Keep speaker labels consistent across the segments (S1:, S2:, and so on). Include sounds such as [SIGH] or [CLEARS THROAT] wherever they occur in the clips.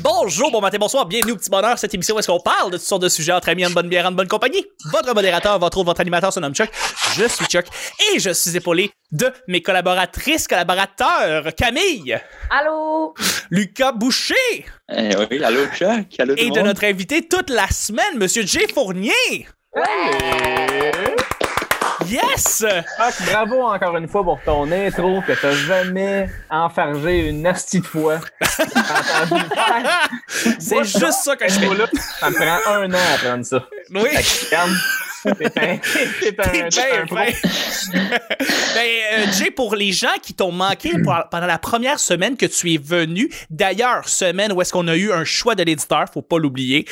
S1: Bonjour, bon matin, bonsoir, bienvenue au Petit Bonheur, cette émission où est-ce qu'on parle de toutes sortes de sujets entre amis, en bonne bière, en bonne compagnie. Votre modérateur, votre autre, votre animateur se nomme Chuck, je suis Chuck, et je suis épaulé de mes collaboratrices, collaborateurs, Camille,
S2: Allô?
S1: Lucas Boucher,
S3: Eh oui, allô Chuck, allô tout
S1: et
S3: le
S1: de
S3: monde.
S1: notre invité toute la semaine, Monsieur Jay Fournier. Yes!
S4: [LAUGHS] Fuck, Ah, bravo encore une fois pour ton intro que t'as jamais enfargé une nasty de [LAUGHS] fois. T'as entendu faire
S1: C'est juste ça que je
S4: ce
S1: fais.
S4: mot-là? Ça me prend un an à apprendre ça.
S1: Oui.
S4: Fait que, regarde, T'es un, t'es un,
S1: T'es
S4: t'es un
S1: bien
S4: pro.
S1: fin. euh, [LAUGHS] ben, euh, Jay, pour les gens qui t'ont manqué pour- pendant la première semaine que tu es venu, d'ailleurs, semaine où est-ce qu'on a eu un choix de l'éditeur, faut pas l'oublier,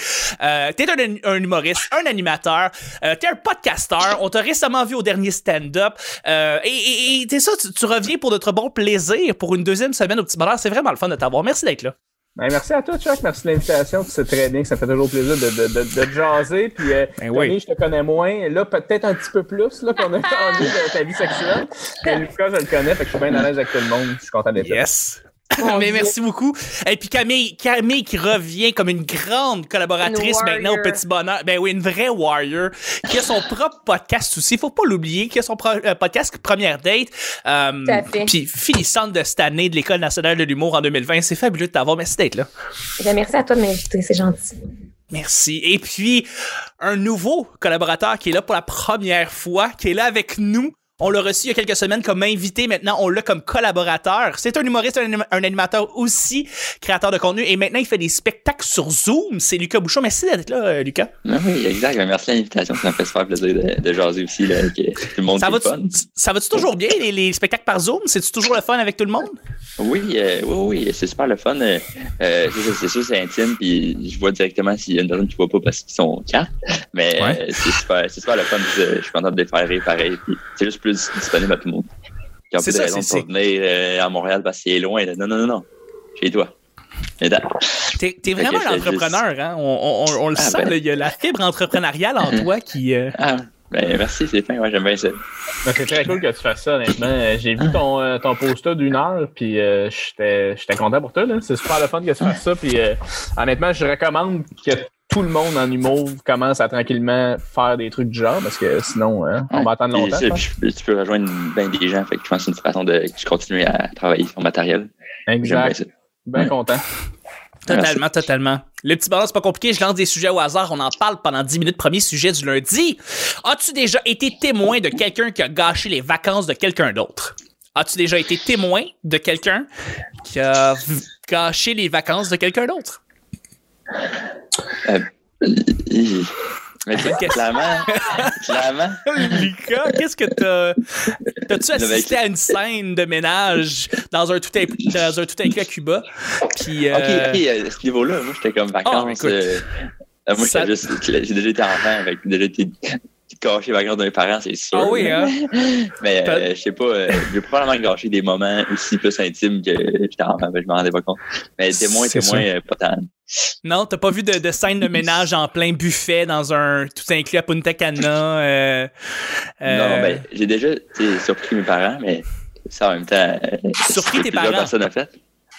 S1: euh, t'es un, un humoriste, un animateur, euh, t'es un podcasteur, on t'a récemment vu au dernier stand-up, euh, et- et et t'es ça, tu, tu reviens pour notre bon plaisir pour une deuxième semaine au Petit Bonheur, c'est vraiment le fun de t'avoir, merci d'être là.
S4: Ben, merci à toi, Chuck. Merci de l'invitation. Tu sais très bien que ça fait toujours plaisir de, de, de, de jaser. Puis, euh,
S1: Ben oui.
S4: Tommy, je te connais moins. Là, peut-être un petit peu plus là, qu'on a entendu de ta vie [LAUGHS] sexuelle. Mais Lucas, je le connais. Fait que je suis bien à l'aise avec tout le monde. Je suis content d'être là.
S1: Yes. [LAUGHS]
S2: Oh,
S1: Mais merci beaucoup. Et puis Camille, Camille qui revient comme une grande collaboratrice
S2: Une
S1: maintenant au
S2: warrior.
S1: Petit Bonheur. Ben oui, une vraie warrior qui a son propre podcast aussi. Faut pas l'oublier, qui a son pro- euh, podcast Première Date. Euh,
S2: Tout à fait.
S1: Puis finissante de cette année de l'École nationale de l'humour en 2020. C'est fabuleux de t'avoir. Merci d'être là.
S2: Ben, merci à toi de m'inviter, c'est gentil.
S1: Merci. Et puis, un nouveau collaborateur qui est là pour la première fois, qui est là avec nous. On l'a reçu il y a quelques semaines comme invité, maintenant on l'a comme collaborateur. C'est un humoriste, un, anim- un animateur aussi, créateur de contenu, et maintenant il fait des spectacles sur Zoom. C'est Lucas Bouchon. Merci d'être là, euh, Lucas.
S3: Ah oui, exact. Ben, Merci de l'invitation. Ça me fait super plaisir de, de jaser aussi là, avec euh, tout le monde.
S1: Ça
S3: c'est
S1: va-tu
S3: le fun.
S1: ça va-tu toujours bien, les, les spectacles par Zoom? C'est-tu toujours le fun avec tout le monde?
S3: Oui, euh, oui, oui, c'est super le fun. Euh, euh, c'est sûr- c'est sûr, c'est intime, puis je vois directement s'il y a une personne qui voit pas parce qu'ils sont quatre. Mais
S1: Ouais.
S3: euh, c'est super, c'est super le fun. puis, euh, Je suis content de les faire rire pareil. puis C'est juste plus disponible à tout le monde. Ils ont
S1: C'est
S3: plus de
S1: ça,
S3: raison
S1: c'est-
S3: de pas venir euh, à Montréal parce que c'est loin. là. Non, non, non, non. Chez toi. Et là,
S1: T'es t'es
S3: Fait que
S1: vraiment
S3: je
S1: un
S3: fais juste-
S1: entrepreneur, hein? On, on- on- on le
S3: Ah,
S1: sent,
S3: ben.
S1: là, il y a la fibre entrepreneuriale en
S3: [CLEARS THROAT]
S1: toi qui... euh,
S3: Ah, ben, merci, c'est fin. Ouais, j'aime bien ça.
S4: Ben, c'est très cool que tu fasses ça, honnêtement. Euh, J'ai vu ton, euh, ton poster d'une heure, puis euh, j'étais j'étais content pour toi. là. C'est super le fun que tu fasses ça. Puis euh, honnêtement, je recommande que tout le monde en humour commence à tranquillement faire des trucs du genre, parce que sinon, hein, on va attendre
S3: Puis,
S4: longtemps.
S3: c'est-
S4: je pense.
S3: puis, tu peux rejoindre bien des gens. Fait que je pense que c'est une façon de continuer à travailler sur le matériel. J'aime bien
S4: Exact.
S3: ça.
S4: Bien content.
S1: Totalement, totalement. Le petit bonheur, c'est pas compliqué. Je lance des sujets au hasard. On en parle pendant 10 minutes. Premier sujet du lundi. As-tu déjà été témoin de quelqu'un qui a gâché les vacances de quelqu'un d'autre? As-tu déjà été témoin de quelqu'un qui a v- gâché les vacances de quelqu'un [LAUGHS] d'autre? [LAUGHS]
S3: Mais tu sais, clairement, clairement,
S1: Lucas, qu'est-ce que t'as. T'as-tu assisté à une scène de ménage dans un tout, inclus- dans un tout inclus à Cuba? Puis. euh,
S3: OK, OK, euh, à ce niveau-là, moi, j'étais comme
S1: Ah,
S3: vacances.
S1: écoute.
S3: euh, euh, moi,
S1: Ça-
S3: j'étais juste, j'ai déjà été enfant, avec, déjà été gâché les vacances de mes parents, c'est sûr.
S1: Ah oui, hein?
S3: Mais
S1: T'as-
S3: euh, je sais pas, euh, j'ai probablement gâché des moments aussi plus intimes que j'étais enfant, mais je m'en rendais pas compte. Mais témoin,
S1: C'est
S3: témoin, euh, pas tant.
S1: Non, t'as pas vu de, de [LAUGHS] scène de ménage en plein buffet dans un tout inclus à Punta Cana. euh, euh,
S3: Non, ben, j'ai déjà tu sais, surpris mes parents, mais ça, en même temps... euh,
S1: Surpris
S3: c'est
S1: tes
S3: plusieurs
S1: parents.
S3: personnes a fait.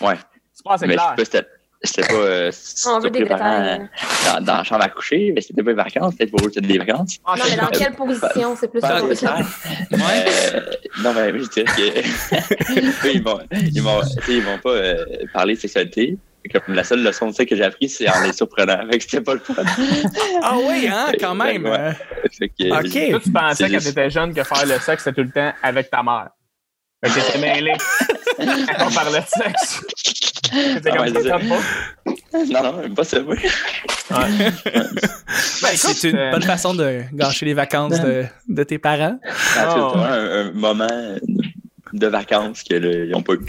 S3: Ouais,
S4: Je pense que c'est
S3: mais je
S4: clair.
S3: sais pas, c'était- c'était pas... euh,
S2: [LAUGHS] On veut
S3: surpris
S2: des
S3: mes parents euh,
S2: détails.
S3: dans, dans la chambre à coucher, mais c'était pas des vacances, peut-être pour eux, c'était des vacances.
S4: Ah,
S2: Non, mais dans
S3: Euh,
S2: quelle position? C'est plus
S3: Pas
S2: ça.
S3: au contraire.
S1: Ouais.
S3: Euh, non, mais je dirais que. [LAUGHS] Eux, ils m'ont, ils m'ont, tu sais, ils m'ont pas euh, parlé de sexualité. Comme la seule leçon de ça que j'ai appris, c'est en les surprenant. Fait que c'était pas le fun.
S1: Ah oui, hein,
S3: [LAUGHS]
S1: quand même.
S3: Ouais.
S1: euh,
S3: Fait que,
S1: Ok.
S4: Toi, tu pensais
S3: C'est
S4: quand
S3: juste-
S4: t'étais jeune que faire le sexe, c'était tout le temps avec ta mère. Fait que
S2: [LAUGHS]
S4: t'étais mêlé quand on parlait de sexe. C'était
S3: Ah,
S4: comme
S3: ouais,
S4: ça,
S3: c'est ça.
S4: t'aimes pas.
S3: Non, non, même pas ça, oui.
S4: Ouais. Ben, écoute,
S1: C'est une
S4: euh,
S1: bonne façon de gâcher les vacances
S3: Ben.
S1: de, de tes parents.
S3: Parce que
S4: Oh.
S3: c'est vraiment un, un moment de vacances qu'ils ont pas eu.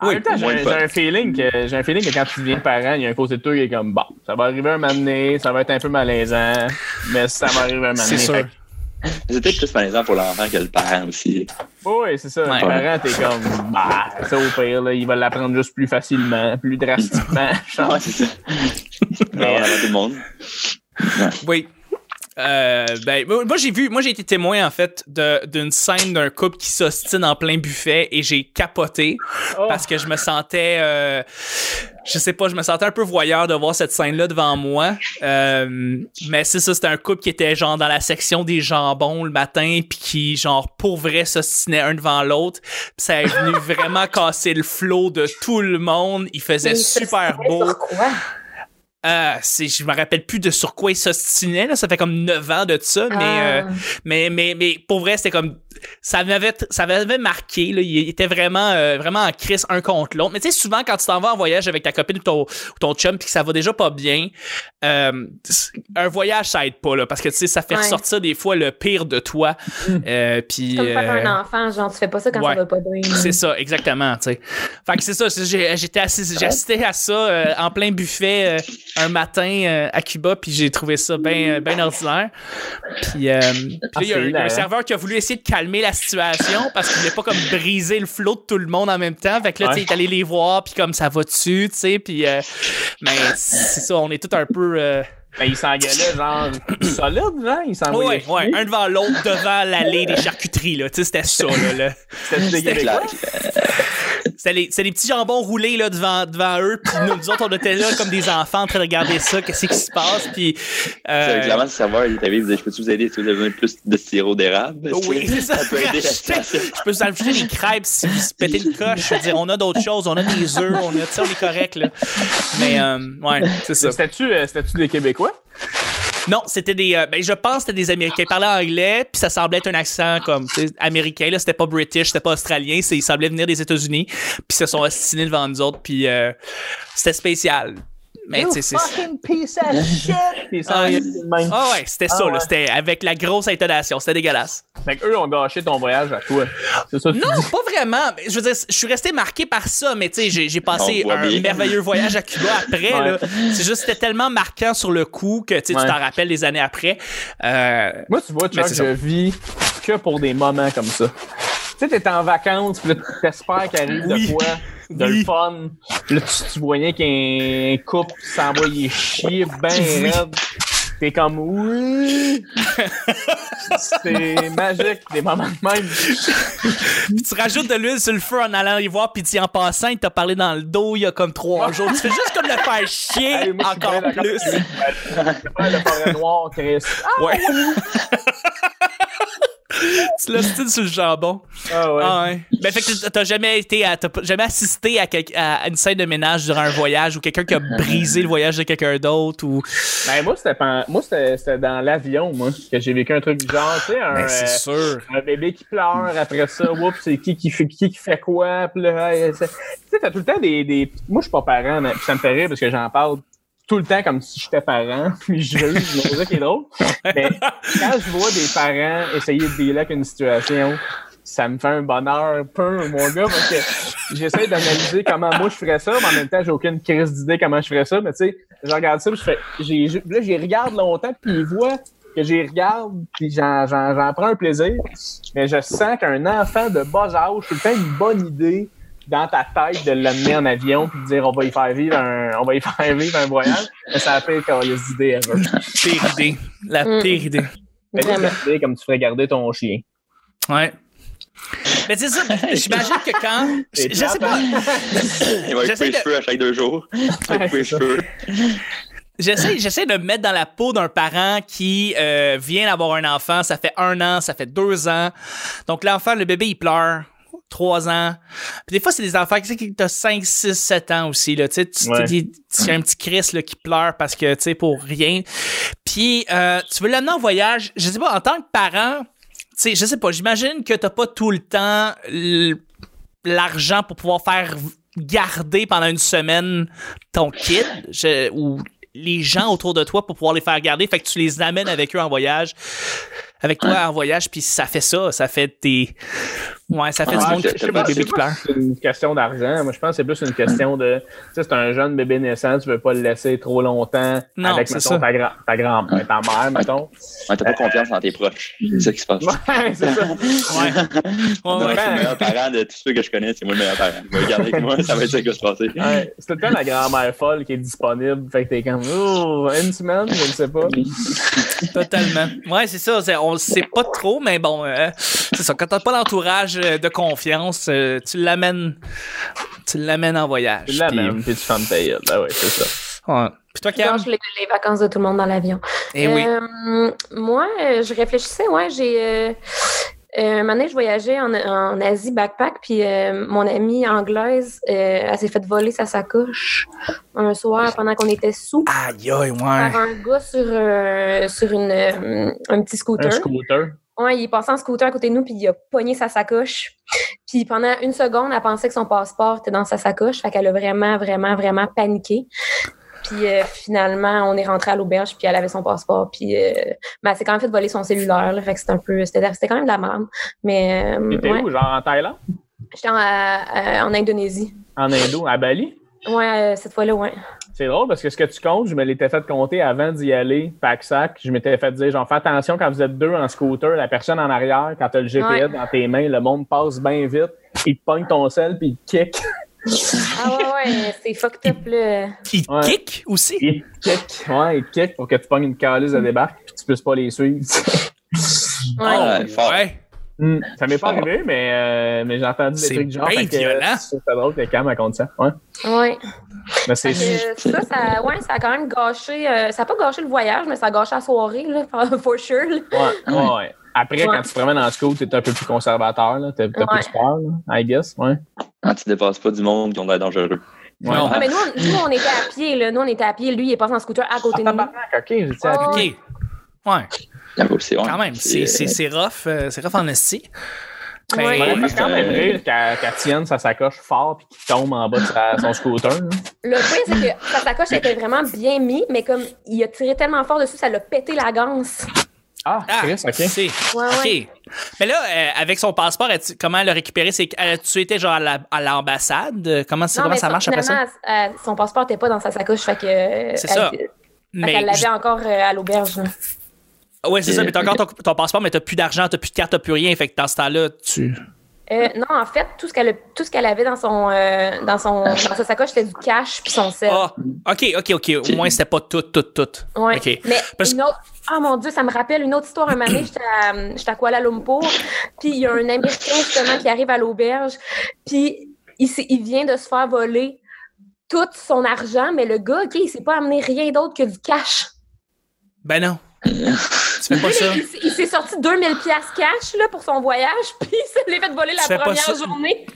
S4: En
S1: Oui,
S4: même temps, j'ai
S3: moins
S4: un,
S3: de fun.
S4: j'ai un feeling que j'ai un feeling que quand tu deviens parent, il y a un côté de toi qui est comme bon, ça va arriver un moment donné, ça va être un peu malaisant, mais ça va arriver un moment donné.
S1: C'est sûr.
S4: Fait que-
S3: C'est peut-être plus malaisant pour l'enfant que le parent aussi.
S4: Oui, c'est ça.
S1: Ouais.
S4: Le parent, t'es comme bah, ça au pire, là, il va l'apprendre juste plus facilement, plus
S1: Ah
S3: [LAUGHS]
S4: drastiquement. je pense.
S3: Ouais, c'est ça. Vraiment, vraiment, tout le monde.
S1: Oui. Euh, ben, moi, moi, j'ai vu, moi, j'ai été témoin, en fait, de- d'une scène d'un couple qui s'ostine en plein buffet et j'ai capoté
S4: Oh.
S1: parce que je me sentais, euh, je sais pas, je me sentais un peu voyeur de voir cette scène-là devant moi. Euh, mais c'est ça, c'était un couple qui était genre dans la section des jambons le matin puis qui, genre, pour vrai, s'ostinait un devant l'autre. Puis Ça est
S2: [LAUGHS]
S1: venu vraiment casser le flot de tout le monde. Il faisait
S2: Mais ça
S1: super
S2: serait
S1: beau.
S2: Sur quoi?
S1: Euh, c'est, je me rappelle plus de sur quoi ils s'ostinaient, là. Ça fait comme 9 ans de ça, mais,
S2: Ah.
S1: euh, mais, mais, mais pour vrai, c'était comme, ça m'avait, ça m'avait marqué, là. Il était vraiment, euh, vraiment en crise un contre l'autre. Mais tu sais, souvent, quand tu t'en vas en voyage avec ta copine ou ton, ou ton chum puis que ça va déjà pas bien, euh, c'est- un voyage, ça aide pas, là. Parce que tu sais, ça fait
S2: Ouais. Mm.
S1: ressortir des fois le pire de toi. Euh, puis,
S2: Comme faire
S1: euh,
S2: un enfant, genre, tu fais pas ça quand
S1: ouais.
S2: ça va pas bien.
S4: Mm.
S1: c'est ça, exactement, tu sais. Fait que c'est ça, c'est- j'ai- j'étais assis- j'ai assisté à ça euh, en plein buffet euh, un matin euh, à Cuba, puis j'ai trouvé ça bien ben ordinaire. Puis euh, puis là,
S4: Ah,
S1: il y a, un- il
S4: c'est
S1: y a un
S4: hilarant.
S1: serveur qui a voulu essayer de calmer la situation parce qu'il voulait pas comme briser le flot de tout le monde en même temps. Fait que là, tu sais, il est allé les voir, puis comme ça va dessus, tu sais, puis... euh, mais c'est ça, on est tous un peu... euh,
S4: Mais il s'engueulait, ben, genre, solide, genre. Il s'envoyait.
S1: ouais, ouais, un devant l'autre, devant l'allée des charcuteries, là. Tu sais, c'était ça, là, là.
S4: C'était des Québécois.
S3: Clac.
S1: C'était les, c'était les petits jambons roulés là, devant, devant eux. Puis nous, nous autres, on était là comme des enfants en train de regarder ça. Qu'est-ce qui se passe? Puis.
S3: Euh...
S1: Euh,
S3: Clairement, le serveur, il t'avait dit Je peux-tu vous aider Est-ce que vous avez besoin de plus de sirop d'érable
S1: oui, c'est ça.
S3: Ça peut aider
S1: [LAUGHS]
S3: la
S1: Rachetez-
S3: situation.
S1: je peux vous ajouter des crêpes si vous se pétez une coche. Je veux dire, on a d'autres choses. On a des œufs. On a, tu sais, on est correct, là. Mais, euh, ouais, c'est ça.
S4: C'était-tu euh, c'était-tu des Québécois?
S1: Non, c'était des. euh, ben, je pense que c'était des Américains. Ils parlaient anglais, puis ça semblait être un accent comme tu sais, américain. Là, c'était pas british, c'était pas australien. c'est- Ils semblaient venir des États-Unis, puis ils se sont assassinés devant nous autres, puis euh, c'était spécial. Mais, tu sais, Eh, c'est.
S4: Oh, piece of shit! Puis ils s'engueulaient de même.
S1: Ah ouais, c'était
S4: Ah
S1: ça, là.
S4: ouais.
S1: C'était avec la grosse intonation. C'était dégueulasse.
S4: Fait qu'eux ont gâché ton voyage à toi. C'est ça que tu
S1: Ah. Non,
S4: dis.
S1: pas vraiment. Mais Je veux dire, je suis resté marqué par ça, mais tu sais, j'ai- j'ai passé
S3: On voit
S1: un
S3: bien.
S1: merveilleux voyage à Cuba après.
S4: Ouais.
S1: là. C'est juste, c'était tellement marquant sur le coup que tu sais, tu
S4: Ouais.
S1: t'en rappelles des années après. Euh,
S4: Moi, tu vois,
S1: Mais
S4: Chuck,
S1: c'est
S4: je
S1: ça.
S4: vis que pour des moments comme ça. Tu sais, t'es en vacances, puis là, t'espères qu'il arrive
S1: Oui. [LAUGHS]
S4: de quoi? De
S1: Oui.
S4: le fun. Là, tu, tu voyais qu'un couple s'envoyait chier ben
S1: Oui.
S4: raide. T'es
S1: [LAUGHS]
S4: comme, oui! C'est magique, des moments de même.
S1: Puis tu rajoutes de l'huile sur le feu en allant les voir, puis tu dis, en passant, il t'a parlé dans le dos il y a comme trois jours. Tu fais juste comme le faire chier
S4: Hey, moi, je suis bien
S1: encore
S4: d'accord.
S1: plus.
S4: Ouais, le forêt noire, Chris.
S1: Ouais. [LAUGHS] tu l'ostines sur le jambon.
S4: Ah ouais.
S1: Ah ouais. Ben, fait que t'as jamais été à, t'as pas- jamais assisté à, quel- à une scène de ménage durant un voyage ou quelqu'un qui a brisé le voyage de quelqu'un d'autre ou.
S4: Ben, moi, c'était pen- moi, c'était- c'était dans l'avion, moi, que j'ai vécu un truc du genre, tu sais, un, euh,
S1: Ben, sûr.
S4: un bébé qui pleure, après ça, oups, c'est qui qui fait, qui qui fait quoi, puis là, euh, ça- tu sais, t'as tout le temps des, des- moi, je suis pas parent, mais ça me fait rire parce que j'en parle tout le temps comme si j'étais parent, [LAUGHS] puis je juge, je me ça qui est drôle, mais quand je vois des parents essayer de dealer avec une situation, ça me fait un bonheur peu, mon gars, parce que j'essaie d'analyser comment moi je ferais ça, mais en même temps, j'ai aucune crise d'idée comment je ferais ça, mais tu sais, je regarde ça, puis je fais, j'ai, ju- là, j'y regarde longtemps, puis ils voient que j'y regarde, puis j'en, j'en, j'en prends un plaisir, mais je sens qu'un enfant de bas âge, c'est peut-être une bonne idée dans ta tête de l'amener en avion puis de dire on va y faire vivre un on va y [LAUGHS] faire vivre un voyage mais ça fait quand il y a des idées [LAUGHS] ever.
S1: Pire idée. La
S2: Mm.
S1: pire idée.
S4: Fais-le
S2: Vraiment.
S4: garder comme tu ferais garder ton chien
S1: Ouais. Mais c'est ça, j'imagine que quand. Je
S4: C'est
S1: je sais
S4: plate,
S1: pas.
S4: hein?
S3: Il va couper
S1: J'essaie
S3: les
S1: de-
S3: cheveux à chaque deux jours. Il va couper les cheveux.
S1: J'essaie, j'essaie de me mettre dans la peau d'un parent qui euh, vient d'avoir un enfant. Ça fait un an, ça fait deux ans. Donc, l'enfant, le bébé, il pleure. Trois ans. Puis des fois, c'est des enfants tu sais, qui ont 5, 6, 7 ans aussi. Là, tu sais, tu-
S4: Ouais.
S1: tu- tu- un petit Chris là, qui pleure parce que, tu sais, pour rien. Puis, euh, tu veux l'amener en voyage. Je sais pas, en tant que parent, tu sais, je sais pas, j'imagine que t'as pas tout le temps l- l'argent pour pouvoir faire garder pendant une semaine ton kid je- ou les gens autour de toi pour pouvoir les faire garder. Fait que tu les amènes avec eux en voyage, avec toi en voyage, puis ça fait ça. Ça fait des Ouais, ça fait du
S3: Ah,
S1: monde
S3: je-
S1: qui
S3: je
S1: comme un
S3: sais
S1: bébé
S4: C'est
S1: qui
S4: pas
S1: pleure.
S4: si c'est une question d'argent. Moi, je pense que c'est plus une question de. Tu sais, c'est un jeune bébé naissant, tu veux pas le laisser trop longtemps
S1: Non,
S4: avec,
S1: c'est
S4: mettons,
S1: ça.
S4: ta, grand- ta grand-mère, ta mère, [LAUGHS] mettons.
S3: Ouais, t'as pas confiance en tes proches.
S1: Mm.
S3: C'est ça qui se passe.
S4: Ouais, c'est ça.
S1: Ouais.
S3: Non,
S1: Ouais, ouais.
S3: je suis le meilleur parent de tous ceux que je connais, c'est moi le meilleur parent. Vous me regardez avec moi, ça va être ça qui va
S1: [LAUGHS]
S3: se passer.
S4: Ouais, c'est tout le temps la grand-mère folle qui est disponible. Fait que t'es comme, oh, une semaine, je ne sais pas.
S1: Totalement. Ouais, c'est ça. c'est- on le sait pas trop, mais bon, euh, c'est ça. Quand t'as pas l'entourage euh, de confiance, euh, tu l'amènes. Tu l'amènes en voyage.
S4: Tu la
S1: Puis-
S4: même, puis tu fermes ta gueule. Ah ouais, c'est ça.
S1: Ouais. Puis toi, Cam?
S2: Mange les, les vacances de tout le monde dans l'avion.
S1: Eh oui.
S2: Euh, moi, euh, je réfléchissais, ouais, j'ai. Euh, euh, un moment donné, je voyageais en, en Asie backpack, puis euh, mon amie anglaise, euh, elle s'est fait voler sa sacoche un soir pendant qu'on était sous
S1: Aïe, aïe, ouais.
S2: par un gars sur, euh, sur une, euh, un petit
S4: Un
S2: scooter.
S4: scooter.
S2: Ouais, il est passé en scooter à côté de nous, puis il a pogné sa sacoche. Puis pendant une seconde, elle pensait que son passeport était dans sa sacoche, fait qu'elle a vraiment, vraiment, vraiment paniqué. Puis euh, finalement, on est rentré à l'auberge, puis elle avait son passeport. Puis euh, mais elle s'est quand même fait voler son cellulaire, là, fait que c'était un peu, c'était c'était quand même de la merde. Mais euh,
S4: T'étais
S2: ouais,
S4: où? Genre en Thaïlande?
S2: j'étais en, euh, en Indonésie.
S4: En Indo? À Bali?
S2: Ouais, euh, cette fois-là, ouais.
S4: C'est drôle parce que ce que tu comptes, je me l'étais fait compter avant d'y aller, pack-sac. Je m'étais fait dire, genre, fais attention quand vous êtes deux en scooter, la personne en arrière, quand t'as le GPS
S2: Ouais.
S4: dans tes mains, le monde passe bien vite, il te pogne ton sel puis il te kick.
S2: Ah ouais, ouais, c'est fucked up là.
S1: Il
S4: Ouais.
S1: kick aussi.
S4: Il te kick. [LAUGHS] Ouais, il te kick pour que tu pognes une calice de débarque puis tu puisses pas les suivre. [LAUGHS]
S2: Ouais.
S3: Ah, fort.
S1: Ouais.
S4: Hmm, Ça m'est pas arrivé, mais, euh, mais j'ai entendu
S1: C'est
S4: des trucs du genre.
S1: bien
S4: fait que, euh,
S1: violent.
S4: C'était drôle que Cam raconte ça. Ouais.
S2: ouais.
S4: Ah, Mais c'est
S2: Fait que ça, ça, ouais, ça a quand même gâché. euh, ça n'a pas gâché le voyage, mais ça a gâché la soirée, là, [LAUGHS] for sure. là.
S4: Ouais, ouais, ouais. Après,
S2: Ouais.
S4: quand tu te promènes en scoot, t'es un peu plus conservateur, là. T'as t'as
S2: Ouais.
S4: plus peur, là, I guess, ouais.
S3: Quand tu dépasses pas du monde, on est dangereux.
S4: Ouais.
S1: Non.
S2: Ouais, mais nous, on- nous, on était à pied, là. Nous, on était à pied. Lui, il est passé en scooter à
S4: Ah,
S2: côté de nous.
S4: tabarnak, ok, j'ai dit à-
S2: Ouais.
S1: OK. Ouais,
S3: J'avoue, c'est ouais,
S1: quand même. C'est, c'est, c'est rough. euh, c'est rough en esti. Ben,
S2: Ouais.
S4: Ouais, c'est quand même
S3: Ouais.
S4: rire qu'elle qu'elle tienne sa sacoche fort puis qu'il tombe en bas de sa- son scooter. là.
S2: Le point, c'est que sa sacoche était vraiment bien mise, mais comme il a tiré tellement fort dessus, ça l'a pété la ganse.
S4: Ah,
S1: Ah,
S4: Chris, ok.
S1: c'est-
S2: Ouais, ouais.
S1: OK. Mais là, euh, avec son passeport, as-tu- comment le récupérer? C'est, tu étais genre à, la- à l'ambassade? Comment, c'est- comment
S2: mais
S1: ça marche après ça?
S2: finalement, elle- elle- son passeport n'était pas dans sa sacoche, fait que. euh,
S1: C'est
S2: elle-
S1: ça.
S2: fait
S1: Mais
S2: qu'elle l'avait encore euh, à l'auberge. là.
S1: Ouais, c'est ça,
S3: Euh,
S1: mais t'as encore ton, ton passeport, mais t'as plus d'argent, t'as plus de carte, t'as plus rien. Fait que dans ce temps-là, tu.
S2: Euh, non, en fait, tout ce qu'elle a- tout ce qu'elle avait dans son euh, dans son dans sa sacoche, c'était du cash puis son sel.
S1: Ah, ok, ok, ok. Au moins, c'était pas tout, tout, tout.
S2: Ouais.
S1: Ok.
S2: Mais
S1: Parce-
S2: une autre. Ah mon Dieu, ça me rappelle une autre histoire. Un moment donné, j'étais à, euh, j'étais à Kuala Lumpur, puis il y a un Américain justement qui arrive à l'auberge, puis il, s'est- il vient de se faire voler tout son argent, mais le gars, OK, il s'est pas amené rien d'autre que du cash.
S1: Ben non. tu fais pas ça.
S2: Il, s'est- il s'est sorti 2000 pièces cash là, pour son voyage, [LAUGHS] puis il se l'est fait voler
S1: Tu fais
S2: la
S1: pas ça.
S2: première journée.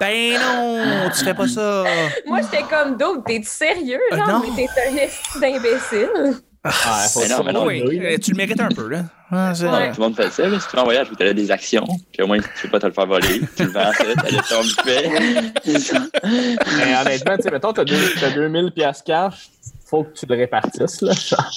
S1: Ben non, tu fais pas ça.
S2: Moi, j'étais comme, d'autres, t'es sérieux,
S1: Euh,
S2: genre,
S1: non.
S2: mais t'es un esti d'imbécile.
S4: Ouais, faut-
S3: Mais non, mais non.
S1: Oui, euh, tu le mérites un peu, là. Ouais, c'est-
S2: Ouais.
S3: Tout le monde fait ça, là. Si tu vas en voyage, tu as des actions, puis au moins, tu peux pas te le faire voler. Tu le vends, ça, t'as le temps de fait.
S4: Mais honnêtement, tu sais, mettons, t'as deux- t'as 2000 piastres cash, faut que tu le répartisses, là. genre.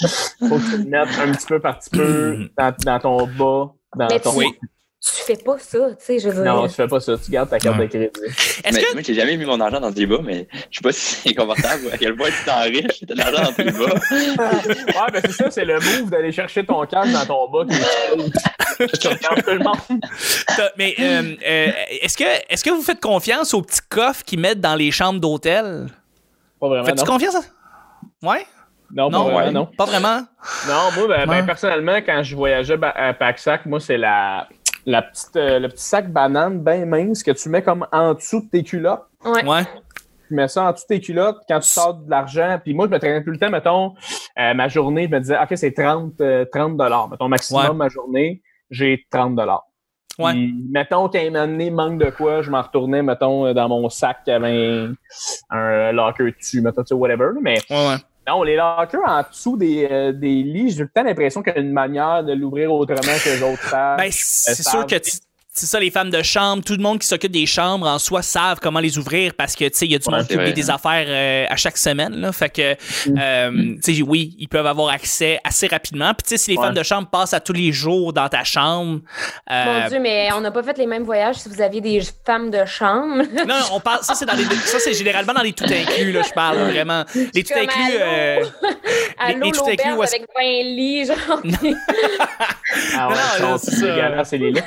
S4: Faut que tu le mettes un petit peu par petit peu dans, dans ton bas, dans
S2: Mais
S4: ton...
S2: tu- Tu fais pas ça, tu sais, je veux dire.
S4: Non, tu fais pas ça, tu gardes ta carte de crédit.
S1: Est-ce
S3: Mais
S1: que.
S3: Moi, j'ai jamais mis mon argent dans le débat, mais je sais pas si c'est confortable. À quel point tu t'enriches, t'as de l'argent dans tes bas.
S4: Ouais, ben c'est ça, c'est le move d'aller chercher ton cash dans ton bas qui est Tu regardes tout le monde.
S1: t'as- Mais euh, euh, est-ce que est-ce que vous faites confiance aux petits coffres qu'ils mettent dans les chambres d'hôtel?
S4: Pas vraiment,
S1: Fais-tu
S4: non.
S1: confiance à ça? Ouais?
S4: Non, pas
S1: Non,
S4: vraiment,
S3: ouais.
S4: non.
S1: Pas vraiment?
S4: Non, moi, ben, ben,
S1: Ouais.
S4: personnellement, quand je voyageais ba- à Pack-Sac, moi, c'est la, la petite, euh, le petit sac banane bien mince que tu mets comme en dessous de tes culottes.
S2: Ouais.
S1: Ouais.
S4: Tu mets ça en dessous de tes culottes quand tu sors de l'argent. Puis moi, je me traînais tout le temps, mettons, euh, ma journée, je me disais, OK, c'est 30 euh, 30 dollars. Mettons, maximum,
S1: Ouais.
S4: ma journée, j'ai 30 dollars.
S1: Ouais.
S4: Puis, mettons qu'à un moment donné, manque de quoi, je m'en retournais, mettons, euh, dans mon sac qui avait un, un euh, locker dessus, mettons, tu sais, whatever. là, Mais
S1: Ouais, ouais.
S4: non, les lockers en dessous des, euh, des lits, j'ai tout le temps l'impression qu'il y a une manière de l'ouvrir autrement que les autres savent.
S1: Ben,
S4: Euh,
S1: c'est
S4: ça
S1: sûr
S4: a-
S1: que tu c'est ça, les femmes de chambre, tout le monde qui s'occupe des chambres en soi savent comment les ouvrir parce que, tu sais, il y a du
S3: Ouais,
S1: monde qui
S3: c'est
S1: oublie
S3: vrai.
S1: des affaires euh, à chaque semaine, là. Fait que,
S4: Mm.
S1: euh, tu sais, oui, ils peuvent avoir accès assez rapidement. Puis, tu sais, si les
S4: Ouais.
S1: femmes de chambre passent à tous les jours dans ta chambre, euh,
S2: Mon Dieu, mais on n'a pas fait les mêmes voyages si vous aviez des femmes de chambre. [LAUGHS]
S1: Non, non, on parle. Ça, c'est dans les. Ça, c'est généralement dans les tout inclus, là, je parle, vraiment. Les tout
S2: Comme
S1: inclus.
S2: allô?
S1: euh,
S2: Allô,
S1: les tout inclus,
S2: l'auberge
S1: où est-ce-
S2: avec 20 lits, genre.
S1: [LAUGHS]
S4: Ah ouais,
S1: Non,
S4: ils sont
S1: là, c'est ça.
S4: dégueulasses, les lits.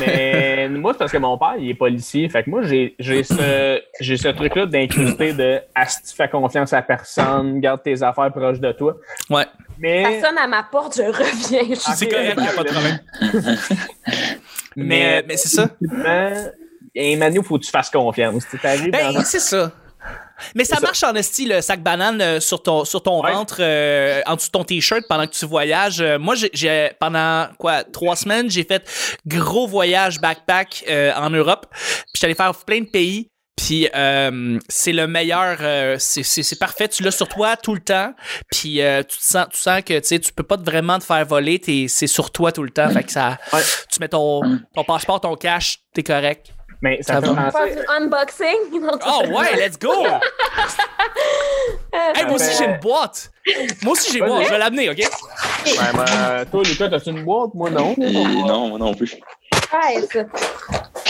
S4: Mais moi, c'est parce que mon père, il est policier. Fait que moi, j'ai j'ai ce, j'ai ce truc-là d'incruster de Asti, fais confiance à personne, garde tes affaires proches de toi.
S1: Ouais.
S4: Mais.
S2: Ça sonne à ma porte, je reviens. Je suis
S1: C'est
S4: Ok,
S1: correct, y a pas de
S4: [LAUGHS]
S1: problème. Mais, mais c'est ça.
S4: Mais, et Manu, faut que tu fasses confiance. Tu t'arrives dans
S1: Ben, [LAUGHS]
S4: un-
S1: c'est ça. Mais ça
S4: ça.
S1: marche en esti, le sac banane euh, sur ton, sur ton
S4: Ouais.
S1: ventre, euh, en dessous de ton t-shirt pendant que tu voyages. Euh, moi, j'ai- j'ai pendant quoi trois semaines, j'ai fait gros voyage backpack euh, en Europe. Puis j'étais allé faire plein de pays. Puis euh, c'est le meilleur, euh, c'est- c'est c'est parfait. Tu l'as sur toi tout le temps. Puis euh, tu te sens, tu sens que tu sais, tu peux pas te vraiment te faire voler. T'es- C'est sur toi tout le temps. Fait que ça,
S4: Ouais.
S1: tu mets ton, ton passeport, ton cash, t'es correct.
S4: Mais ça,
S1: Ça
S4: fait
S1: va.
S2: faire
S4: penser.
S2: du unboxing. [LAUGHS] Non,
S1: Oh Ah, ouais, let's go! hey, moi aussi j'ai une boîte! Moi aussi j'ai une boîte, je vais l'amener, ok?
S4: Ouais, mais, euh, toi, Lucas, t'as-tu une boîte? Moi, non.
S1: Euh,
S3: Et non, moi non plus.
S2: Hey, ça.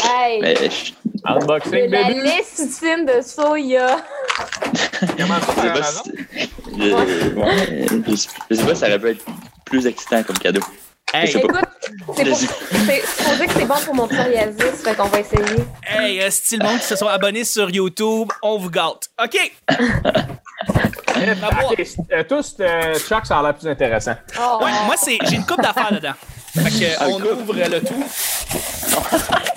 S2: Hey,
S3: Mais je-
S4: Unboxing,
S2: de la
S4: baby.
S2: lécithine de soya.
S3: je
S4: Comment ça,
S3: sais
S4: par
S3: pas
S4: Amazon?
S3: si. Je, ouais, je sais- je sais pas si ça aurait pu être plus excitant comme cadeau.
S1: Hey,
S3: sais pas.
S2: Écoute, c'est pour,
S3: Vas-y.
S2: c'est supposé que c'est bon pour mon psoriasis, fait qu'on va essayer.
S1: hey, euh, si le monde qui se sont abonnés sur YouTube, on vous gâte. Ok! Ma boîte.
S4: Ok, euh, tous, euh, Chuck, ça a l'air plus intéressant.
S2: Oh,
S1: Ouais, moi c'est. J'ai une coupe d'affaires dedans. Fait que
S3: Ah, Oh.
S1: on
S3: coupe.
S1: ouvre le tout.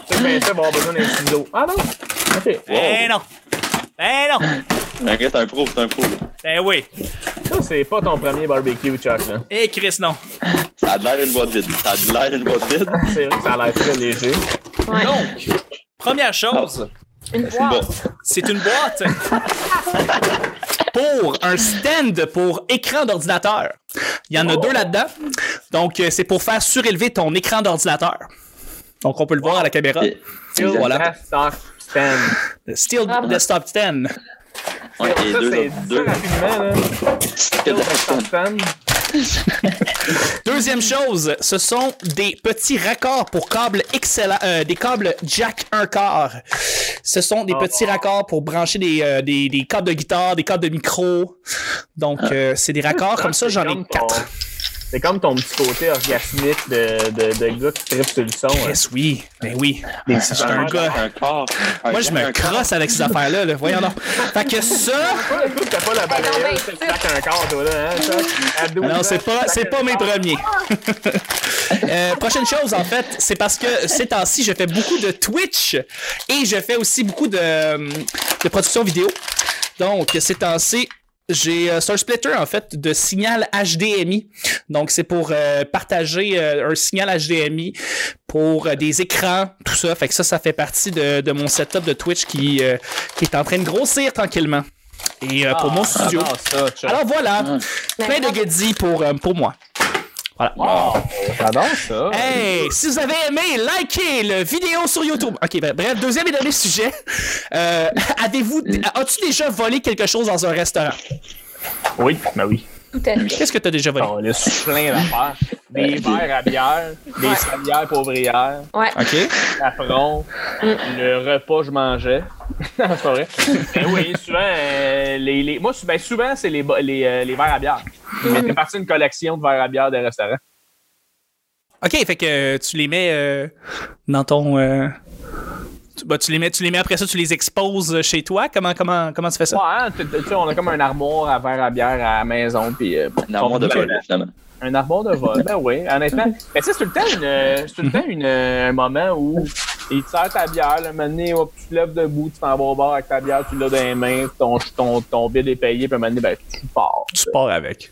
S4: Tu ben, ça va avoir besoin d'un ciseau. Ah non? Ok.
S1: Eh non! Eh non!
S3: Un gars, t'es un pro, t'es un pro.
S1: Eh oui!
S4: Ça, c'est pas ton premier barbecue, Chuck, là.
S1: Eh Chris, non!
S3: Ça a de l'air d'une boîte vide. Ça a de l'air d'une boîte vide.
S4: C'est vrai que ça a l'air très léger.
S2: Ouais.
S1: Donc, première chose,
S2: une
S3: C'est une
S2: boîte.
S3: boîte.
S1: c'est une
S4: [LAUGHS]
S1: boîte pour un stand pour écran d'ordinateur. Il y en a
S4: Oh!
S1: deux là-dedans. Donc, euh, c'est pour faire surélever ton écran d'ordinateur. Donc, on peut le voir à la caméra.
S3: Et-
S4: Steel
S1: Voilà.
S4: Brass Stock Stand.
S1: Steel
S4: Ah.
S1: Desktop 10.
S3: Ouais, et
S4: ça,
S3: deux,
S4: c'est
S3: autres- deux
S4: ça rapidement, là.
S3: petites
S4: Steel
S3: de
S4: Brass Stock Stand.
S1: Deuxième chose, ce sont des petits raccords pour câbles excellents, euh, des câbles jack 1 quart. Ce sont des
S4: Oh.
S1: petits raccords pour brancher des, euh, des, des câbles de guitare, des câbles de micro. Donc, euh, c'est des raccords comme ça,
S4: Ah. C'est
S1: j'en ai
S4: comme ton-
S1: quatre.
S4: C'est comme ton petit côté orgasmique de, de, de gars qui tripe sur le son. hein.
S1: Yes, oui, ben oui. Je suis un gars.
S3: Un corps. Un
S1: Moi, je
S3: gars,
S1: me
S3: un corps.
S1: crosse avec ces affaires-là, là. voyons donc. Fait que ça,
S4: Pourquoi le coup que t'as pas la
S2: non, mais
S4: balayeuse, tu
S2: c'est-
S4: claques un corps, toi, là, hein, Chuck? À 12
S1: non,
S4: ans,
S1: c'est
S4: tu
S1: pas,
S4: claques
S1: c'est
S4: un
S1: pas mes
S4: corps.
S1: premiers. [LAUGHS] Euh, prochaine chose, en fait, c'est parce que ces temps-ci, je fais beaucoup de Twitch et je fais aussi beaucoup de, euh, de production vidéo. Donc, ces temps-ci, j'ai euh, c'est un splitter, en fait, de signal HDMI. Donc, c'est pour euh, partager euh, un signal HDMI pour euh, des écrans, tout ça. Fait que ça, ça fait partie de, de mon setup de Twitch qui, euh, qui est en train de grossir tranquillement. Et euh, pour mon studio.
S4: Ah, ça, Chuck.
S1: Alors voilà,
S3: Ah.
S1: plein de
S2: D'accord.
S1: guédis pour, euh, pour moi.
S4: Wow, j'adore ça.
S1: Hey, si vous avez aimé, likez le vidéo sur YouTube. Ok, ben, bref, deuxième et dernier sujet. Euh, [LAUGHS] Avez-vous, as-tu déjà volé quelque chose dans un restaurant?
S4: Oui, ben oui.
S2: tout à fait.
S1: Qu'est-ce que t'as déjà volé?
S4: On laisse plein d'affaires. Des verres à bière, des
S2: Ouais.
S4: salières pour ouvrières,
S2: Ouais.
S3: Ah.
S1: Ok.
S4: l'après, le repas que je mangeais. [LAUGHS] non, c'est pas vrai. Mais Ben oui, souvent, euh, les, les- moi, ben, souvent, c'est les, bo- les, euh, les verres à bière. Mais c'est parti d'une collection de verres à bière des restaurants.
S1: Ok, fait que euh, tu les mets euh, dans ton. euh, tu, bah, tu les mets, tu les mets après ça, tu les exposes euh, chez toi. Comment, comment, comment tu fais
S4: Ouais,
S1: ça?
S4: hein, tu tu sais, on a comme un armoire à verres à bière à la maison. Puis, euh,
S3: Un armoire de
S4: ben,
S3: vol, finalement.
S4: Un armoire de vol, ben oui, honnêtement. Mais tu sais, c'est tout le temps, une, euh, c'est tout le temps
S1: Mhm.
S4: une, euh, un moment où il te sert ta bière, le moment donné, hop, tu te lèves debout, tu t'en vas au bar avec ta bière, tu l'as dans les mains, ton, ton, ton bill est payé, puis un moment donné, ben, tu pars.
S1: Tu pars avec.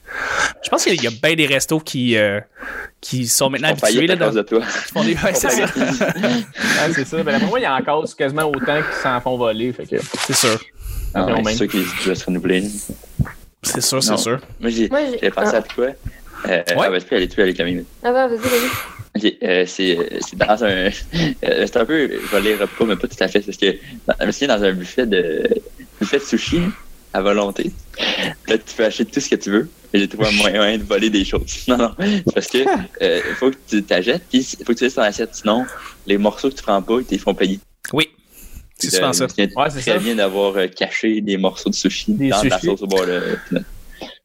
S1: Je pense qu'il y a bien des restos qui, euh, qui sont maintenant
S3: On faillit
S1: habitués. Là,
S3: à cause de toi.
S1: qui font des-
S3: [LAUGHS]
S1: ouais, [LAUGHS] c'est ça.
S4: Ah, c'est ça. Ben, d'après moi, il y en cause quasiment autant qui s'en font voler. Fait que,
S1: C'est sûr.
S3: Ah, ouais,
S4: Non, mais-
S3: C'est sûr qu'il doit se renouveler.
S1: C'est sûr,
S3: Non.
S1: c'est sûr.
S3: Moi, j'ai
S2: Moi, j'ai-
S3: j'ai pensé
S2: ah.
S3: à toi. Euh, Ah, bah, tu peux aller tuer avec la minute.
S2: Ah, bah, vas-y, vas-y.
S3: Ok, euh, c'est c'est dans un. [LAUGHS] euh, c'est un peu. Je vais les repas, mais pas tout à fait. C'est parce que. dans- Je me souviens dans un buffet de. Buffet de sushi à volonté. Là, tu peux acheter tout ce que tu veux. Mais j'ai trouvé un moyen de voler des choses. [LAUGHS] Non, non. C'est parce que. euh, faut que tu t'achètes, puis faut que tu laisses ton assiette. Sinon, les morceaux que tu prends pas, ils te les font payer.
S1: Oui. C'est
S3: Euh,
S1: souvent ça.
S3: je me souviens
S4: Ouais, c'est
S3: Très
S4: ça.
S3: bien d'avoir euh, caché des morceaux de sushi
S4: Des
S3: dans ta
S4: sushis.
S3: sauce au bord
S4: [LAUGHS]
S3: de.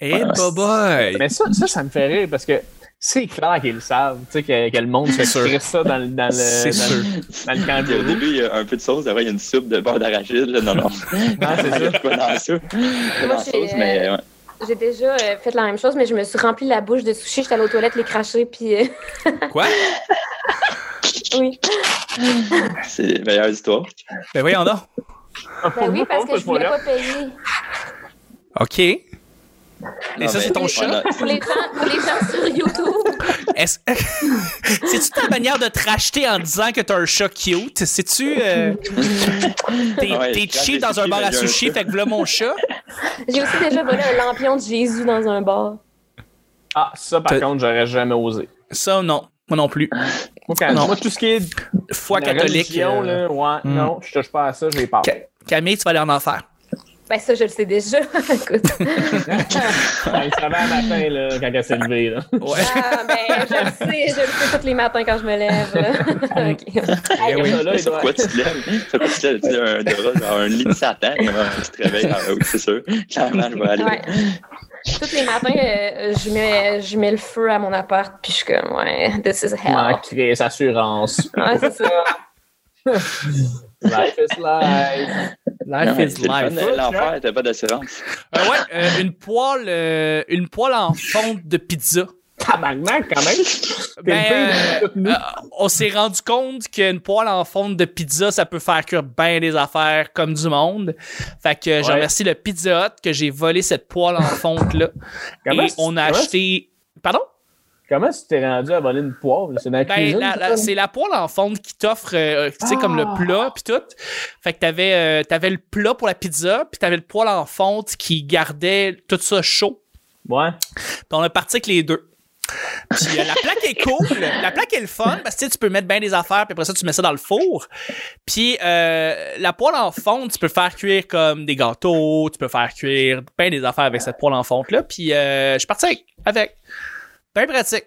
S1: Eh,
S3: ouais.
S1: bye bye.
S4: Mais ça, ça, ça me fait rire parce que c'est clair qu'ils le savent, tu sais, que, que le monde se
S1: sûr.
S4: crée ça dans, le- dans
S1: C'est
S4: le,
S1: sûr.
S4: dans, [LAUGHS] le- dans le camp
S3: Puis Au début, il y a un peu de sauce, après, il y a une soupe de beurre d'arachide. là.
S4: [LAUGHS]
S3: Non, non.
S4: Ah,
S3: [LAUGHS]
S4: c'est
S3: Il y a
S4: ça.
S3: de quoi dans la soupe. Pas dans la
S2: j'ai, euh,
S3: sauce, mais ouais.
S2: J'ai déjà euh, fait la même chose, mais je me suis rempli la bouche de sushi. J'étais allée aux toilettes les cracher, puis euh, [LAUGHS]
S1: Quoi?
S2: oui.
S3: C'est la meilleure histoire.
S1: Ben voyons donc.
S2: Ben oui, parce
S4: Oh,
S2: que je
S4: ce
S2: voulais
S4: point-là.
S2: pas payer.
S1: OK. Et
S3: Non,
S1: ça,
S3: mais-
S1: c'est ton
S3: Ouais,
S1: chat?
S3: non,
S2: Pour les gens, pour les gens sur YouTube.
S1: Est-ce- [LAUGHS] C'est-tu ta manière de te racheter en disant que t'as un chat cute? C'est-tu... euh, T'es
S3: Ouais,
S1: t'es
S3: je crache
S1: cheap
S3: des
S1: dans un
S3: sushis,
S1: bar à
S3: mais il y a un
S1: sushi,
S3: chat.
S1: fait que voilà mon chat.
S2: J'ai aussi déjà volé un lampion de Jésus dans un bar.
S4: Ah, ça, par
S1: T'as-
S4: contre, j'aurais jamais osé.
S1: Ça, non. Moi non plus.
S4: Moi, quand-
S1: Non.
S4: moi, tout ce qui est
S1: Foi
S4: la
S1: catholique.
S4: religion,
S1: euh,
S4: là, ouais,
S1: hmm.
S4: non, je touche pas à ça, j'ai peur.
S1: Ca- Camille, tu vas aller en enfer.
S2: Ben ça, je le sais déjà. [LAUGHS] Écoute.
S4: Ouais, il se réveille un matin, là, quand elle s'est levée, là.
S1: Ouais.
S2: [LAUGHS] Ah, ben je le sais, je le sais tous les matins quand je me lève. [LAUGHS] OK.
S4: Hey,
S1: Eh oui.
S4: ça, là,
S3: mais
S4: il
S3: Sur
S4: doit-
S3: quoi tu te lèves? Sur quoi tu te lèves? Tu dis un, de- genre un lit de Satan, euh, tu te réveilles, ah, oui, c'est sûr. Clairement, je vais aller.
S2: Ouais. Tous les matins, euh, je, mets, je mets le feu à mon appart, puis je suis comme, ouais, this is
S4: [LAUGHS] Ouais,
S2: hell.
S4: créer sa assurance.
S3: [LAUGHS]
S2: Ouais, c'est ça.
S4: Life is life.
S1: Life
S3: Ouais,
S1: is
S3: c'est le fun.
S1: life.
S4: life.
S3: L'enfer, t'as pas d'assurance.
S1: Euh, ouais, euh, une poêle, euh, une poêle en fonte de pizza.
S4: Tabarnak, quand même. T'es
S1: Ben,
S4: le pire de toutes nous.
S1: Euh, on s'est rendu compte qu'une poêle en fonte de pizza, ça peut faire cuire bien des affaires comme du monde. Fait que je
S4: Ouais.
S1: remercie le Pizza Hut que j'ai volé cette poêle en fonte là.
S4: [LAUGHS] Comment
S1: Et
S4: c'est-
S1: on a
S4: comment
S1: acheté. Pardon?
S4: Comment tu t'es rendu à voler une poivre? C'est dans la
S1: Ben,
S4: cuisine?
S1: la- la-
S4: ça?
S1: c'est la poêle en fonte qui t'offre, euh, tu sais, comme le
S4: Ah.
S1: plat puis tout. Fait que t'avais, euh, t'avais le plat pour la pizza, puis t'avais le poêle en fonte qui gardait tout ça chaud.
S4: Ouais.
S1: Puis on a parti avec les deux. Puis euh, la plaque est cool, la plaque est le fun parce que tu sais, tu peux mettre bien des affaires puis après ça tu mets ça dans le four. Puis euh, la poêle en fonte, tu peux faire cuire comme des gâteaux, tu peux faire cuire bien des affaires avec cette poêle en fonte là. Puis euh, je suis parti avec, avec. bien pratique.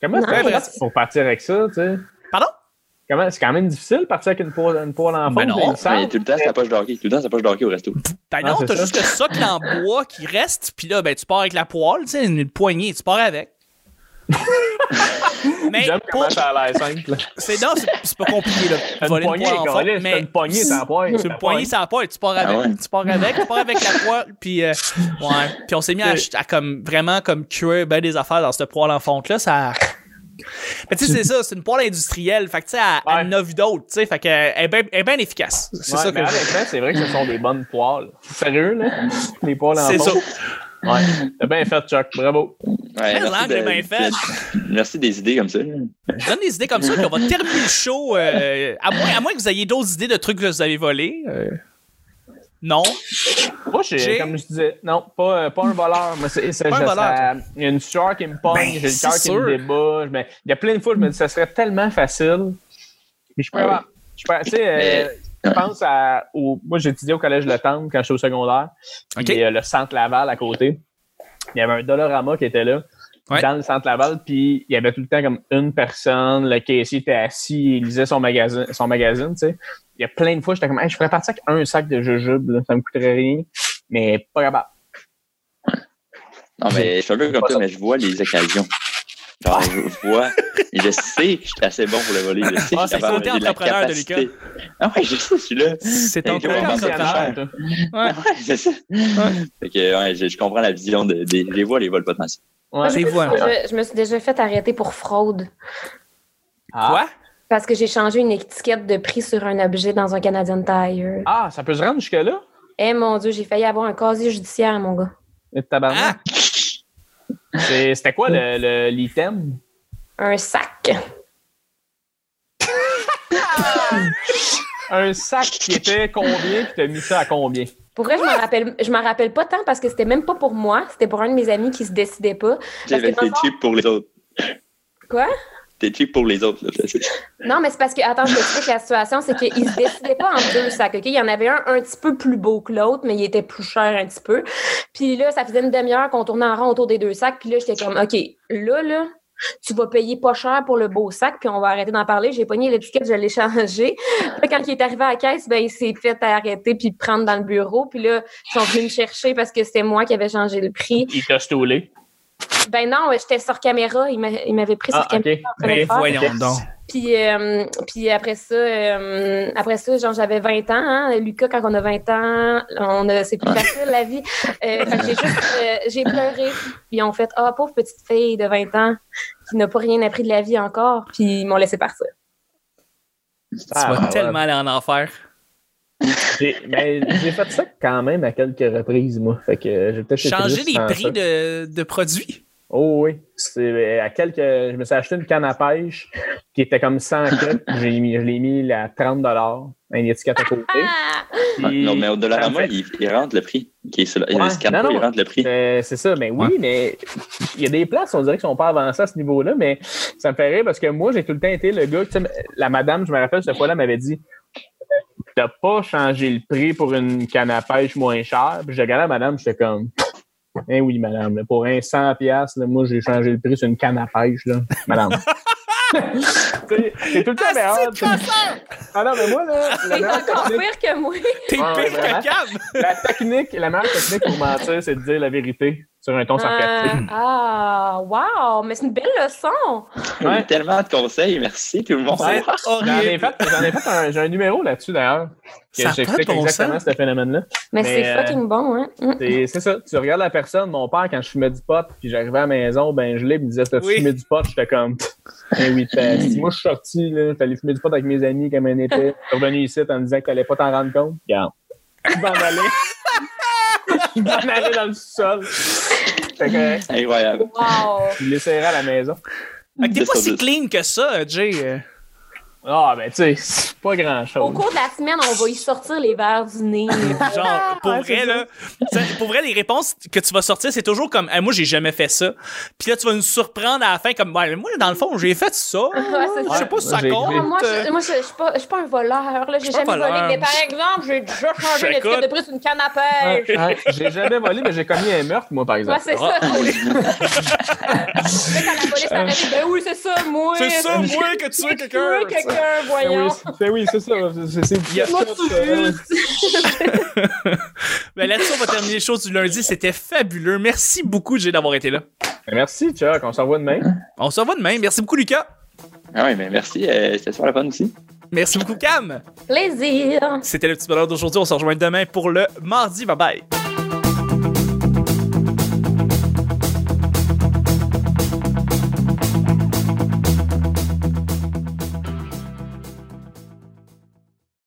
S4: Comment
S2: Non,
S4: c'est
S1: mais-
S4: fait pour partir avec ça, tu sais?
S1: Pardon?
S4: Comment- C'est quand même difficile de partir avec une poêle, une poêle en
S1: Ben
S4: fonte.
S1: non,
S4: il me
S3: Mais
S4: semble.
S3: tout le temps, c'est la poche d'hockey. Tout le temps, c'est la poche d'hockey au resto.
S1: Ben
S4: Ah,
S1: non,
S4: c'est
S1: t'as
S4: ça.
S1: juste le socle en bois qui reste, puis là, ben, tu pars avec la poêle, tu sais, une poignée, tu pars
S4: [LAUGHS]
S1: avec. mais
S4: J'aime
S1: pour-
S4: comment ça a l'air simple.
S1: c'est non, c'est- c'est pas compliqué là.
S4: T'as une
S1: Voler
S4: poignée,
S1: poêle en
S4: câlisse,
S1: fonte,
S4: t'as
S1: mais
S4: une poignée, t'as la poêle.
S1: c'est une poignée, ça la poêle, tu pars avec,
S3: Ah ouais.
S1: tu pars avec, tu pars avec la poêle, puis euh, ouais, puis on s'est
S4: Euh.
S1: mis à, ach- à comme vraiment comme cuire ben des affaires dans cette poêle en fonte là, ça. Mais tu sais, c'est ça, c'est une poêle industrielle, fait que tu sais, elle elle
S4: Ouais.
S1: en a vu d'autres, tu sais, fait que euh, elle est bien efficace. C'est
S4: Ouais,
S1: ça
S4: mais
S1: que. je-
S4: honnêtement, c'est vrai que ce sont des bonnes poêles. Sérieux, là? Les poêles en
S1: C'est ça.
S4: fonte. Ouais. T'as bien fait, Chuck. Bravo.
S3: Ouais,
S1: Très
S3: merci
S1: langue,
S3: de-
S1: bien fait.
S3: de- Merci des idées comme ça.
S1: Donne des idées comme ça, puis on va terminer le show. euh, à, moins, à moins que vous ayez d'autres idées de trucs que vous avez volés. euh. Non.
S4: Moi, j'ai,
S1: J'ai-
S4: comme je disais, non, pas, euh, pas un voleur. Moi, c'est, c'est
S1: Pas un
S4: je-
S1: voleur.
S4: ça- Il y a une sueur qui me pogne,
S1: Ben,
S4: j'ai le
S1: c'est
S4: cœur qui me
S1: sûr.
S4: débat. je me- il y a plein de fois, je me dis, ça serait tellement facile. Mais je suis pas
S3: Ouais,
S4: capable. Je suis pas- Tu sais, euh, je pense à. Au, moi, j'étudiais au collège Le Temple quand j'étais au secondaire.
S1: OK.
S4: Puis, euh, le centre Laval à côté. Il y avait un Dollarama qui était là.
S1: Ouais.
S4: Dans le centre Laval, puis il y avait tout le temps comme une personne, le caissier était assis, il lisait son magazine, son magazine, tu sais. Il y a plein de fois, j'étais comme, Hey, je pourrais partir avec un sac de jujubes, là, ça me coûterait rien, mais pas capable.
S3: Non, mais je suis un peu comme toi, mais je vois les occasions. Genre, je vois, et je sais que je suis assez bon pour le voler. Je sais que
S1: Ah,
S3: je suis
S1: c'est le
S3: capable
S1: côté
S3: j'ai la
S1: entrepreneur de
S3: capacité. Ah ouais, je sais, je suis là.
S1: C'est
S3: ton
S1: ton
S3: Hey,
S1: côté
S3: côté Joe, on va
S1: entrepreneur.
S3: entrepreneur.
S4: toi.
S3: Ah ouais, c'est ça. [LAUGHS] Fait que, ouais, je, je comprends la vision de- des les voix, les vols potentiels.
S4: Ouais.
S1: C'est vous. hein.
S2: Je, je me suis déjà fait arrêter pour fraude
S4: Ah.
S1: Quoi?
S2: parce que j'ai changé une étiquette de prix sur un objet dans un Canadian Tire.
S4: Ah, ça peut se rendre jusque-là?
S2: Eh mon Dieu, j'ai failli avoir un casier judiciaire, mon gars.
S4: Le tabarnak.
S1: Ah.
S4: C'est- C'était quoi le- le- l'item?
S2: Un sac.
S4: Un sac qui était combien, puis t'as mis ça à combien?
S2: Pour vrai, je m'en rappelle, je m'en rappelle pas tant parce que c'était même pas pour moi, c'était pour un de mes amis qui se décidait pas.
S3: Tu sais,
S2: Parce que
S3: fait que
S2: dans le
S3: c'est cheap pour les autres.
S2: Quoi?
S3: C'était cheap pour les autres. là.
S2: Non, mais c'est parce que, attends, je t'explique la situation, c'est qu'ils se décidaient pas en deux sacs, OK? Il y en avait un un petit peu plus beau que l'autre, mais il était plus cher un petit peu. Puis là, ça faisait une demi-heure qu'on tournait en rond autour des deux sacs, puis là, j'étais comme, OK, là, là, tu vas payer pas cher pour le beau sac, puis on va arrêter d'en parler. J'ai pogné l'étiquette, je l'ai changé. Là, quand il est arrivé à la caisse, ben, il s'est fait arrêter puis prendre dans le bureau. Puis là, ils sont venus me chercher parce que c'était moi qui avais changé le prix.
S4: Il t'a stoulé.
S2: Ben non, j'étais sur caméra, il m'a- il m'avait pris sur
S4: Ah,
S2: caméra.
S4: ok.
S2: en train de le
S1: Ben
S2: faire.
S1: voyons donc.
S2: Puis, euh, puis après ça, euh, après ça, genre j'avais 20 ans. hein. Lucas, quand on a 20 ans, on a- c'est plus facile la vie. Euh, fait que j'ai juste euh, j'ai pleuré. Puis on fait Ah, pauvre petite fille de 20 ans qui n'a pas rien appris de la vie encore. Puis ils m'ont laissé partir.
S1: tu vas
S4: Ah, ouais.
S1: tellement aller en enfer.
S4: J'ai mais j'ai fait ça quand même à quelques reprises, moi. Fait que euh, j'ai peut-être été
S1: Changer
S4: triste
S1: les
S4: dans ça.
S1: prix de, de produits.
S4: Oh oui. C'est à quelques. Je me suis acheté une canne à pêche qui était comme 100 cups. J'ai mis- Je l'ai mis à 30 une étiquette à côté.
S2: Ah!
S4: Puis-
S3: Non, mais au dollar à moi,
S4: Parfait.
S3: il, il rentre le prix. Ok, c'est le-
S4: Ouais.
S3: le scan,
S4: Non, non.
S3: il rentre le [LAUGHS] prix.
S4: Euh, c'est ça, mais oui, mais il y a des places, on dirait qu'ils sont pas avancés à ce niveau-là, mais ça me fait rire parce que moi, j'ai tout le temps été le gars, tu sais, la madame, je me rappelle, cette fois-là, m'avait dit T'as pas changé le prix pour une canne à pêche moins chère. Puis j'ai regardé la madame, j'étais comme Eh oui, madame, là, pour un 100$, piastres, là, moi, j'ai changé le prix sur une canne à pêche, là, madame. [LAUGHS] Tu sais, c'est tout le temps mais
S1: Ah,
S4: ah,
S1: c'est casseur!
S4: ah non, mais moi, là, la
S2: C'est
S4: meilleure
S2: encore
S4: technique-
S2: pire que
S4: [LAUGHS]
S2: moi.
S1: T'es
S4: Ah, ouais,
S1: pire que
S4: vraiment.
S1: Cam!
S4: la technique, la meilleure technique pour mentir, c'est de dire la vérité sur un ton sarcastique.
S2: Ah, ah, wow! Mais c'est une belle leçon.
S4: Ouais.
S3: Tellement de conseils, merci tout le monde.
S4: Ouais.
S1: C'est
S4: J'en ai
S1: horrible.
S4: fait, j'en ai fait un, j'ai un numéro là-dessus d'ailleurs.
S1: Ça
S4: Que
S1: a pas de
S4: j'explique
S1: bon
S4: exactement
S1: sens.
S4: ce phénomène-là.
S2: Mais,
S4: Mais,
S2: c'est
S4: euh,
S2: fucking bon, hein? Mm.
S4: C'est c'est ça. Tu regardes la personne, mon père, quand je fumais du pot, puis j'arrivais à la maison, ben je l'ai, il me disait T'as-tu
S1: Oui.
S4: fumé du pot J'étais comme [LAUGHS] Eh oui,
S1: [LAUGHS]
S4: t'as- si moi je suis sorti, là, j'étais allé fumer du pot avec mes amis comme un épée. Je suis revenu ici en me disant que t'allais pas t'en rendre compte. Regarde. Je m'en allais. Je m'en allais [LAUGHS] dans le sol. Fait que
S3: [LAUGHS] Incroyable.
S2: Wow!
S4: je l'essayerai à la maison.
S1: Fait que t'es pas
S3: Dix
S1: si
S3: sur dix.
S1: clean que ça,
S4: [LAUGHS]
S1: Jay. Euh,
S4: Ah ben tu sais, c'est pas grand
S2: Au
S4: chose.
S2: cours de la semaine, on va y sortir les verres du nez.
S4: [LAUGHS]
S1: Genre, pour
S4: Ouais,
S1: vrai,
S4: c'est
S1: là, t'sais, pour vrai, les réponses que tu vas sortir, c'est toujours comme, Ah, moi, j'ai jamais fait ça. Puis là, tu vas nous surprendre à la fin, comme, ouais, mais moi, dans le fond, j'ai fait ça.
S2: c'est
S1: je sais
S2: ça.
S1: pas si ça
S4: Ouais, j'ai-
S1: compte.
S4: j'ai-
S2: Ah, moi, je, moi, je, je suis pas, je suis pas un voleur. là. J'ai
S1: suis pas
S2: jamais
S1: voleur.
S2: volé. Mais par exemple, j'ai déjà changé l'étiquette de prix sur une canne à pêche.
S4: Ouais, ouais. Hein, J'ai jamais volé, mais j'ai commis un meurtre, moi, par
S2: Ouais,
S4: exemple.
S2: c'est ça.
S1: Ah.
S2: [LAUGHS] Là, quand la police arrête, ben oui, c'est ça, moi.
S1: Euh. C'est ça, moi, que tu es quelqu'un.
S2: Oui, quelqu'un,
S4: Ben
S2: voyons.
S4: oui, c'est- ben oui, c'est ça. c'est- c'est- c'est- euh,
S2: Moi, tu veux.
S1: Ben, là-dessus, on va terminer les choses du lundi. C'était fabuleux. Merci beaucoup, Jay, d'avoir été là.
S4: Ben Merci, Chuck. On se revoit demain.
S1: On se revoit demain. Merci beaucoup, Lucas.
S3: Ah ouais, mais merci. euh, C'était super le fun aussi.
S1: Merci beaucoup, Cam.
S2: Plaisir.
S1: C'était le petit bonheur d'aujourd'hui. On se rejoint demain pour le mardi. Bye bye.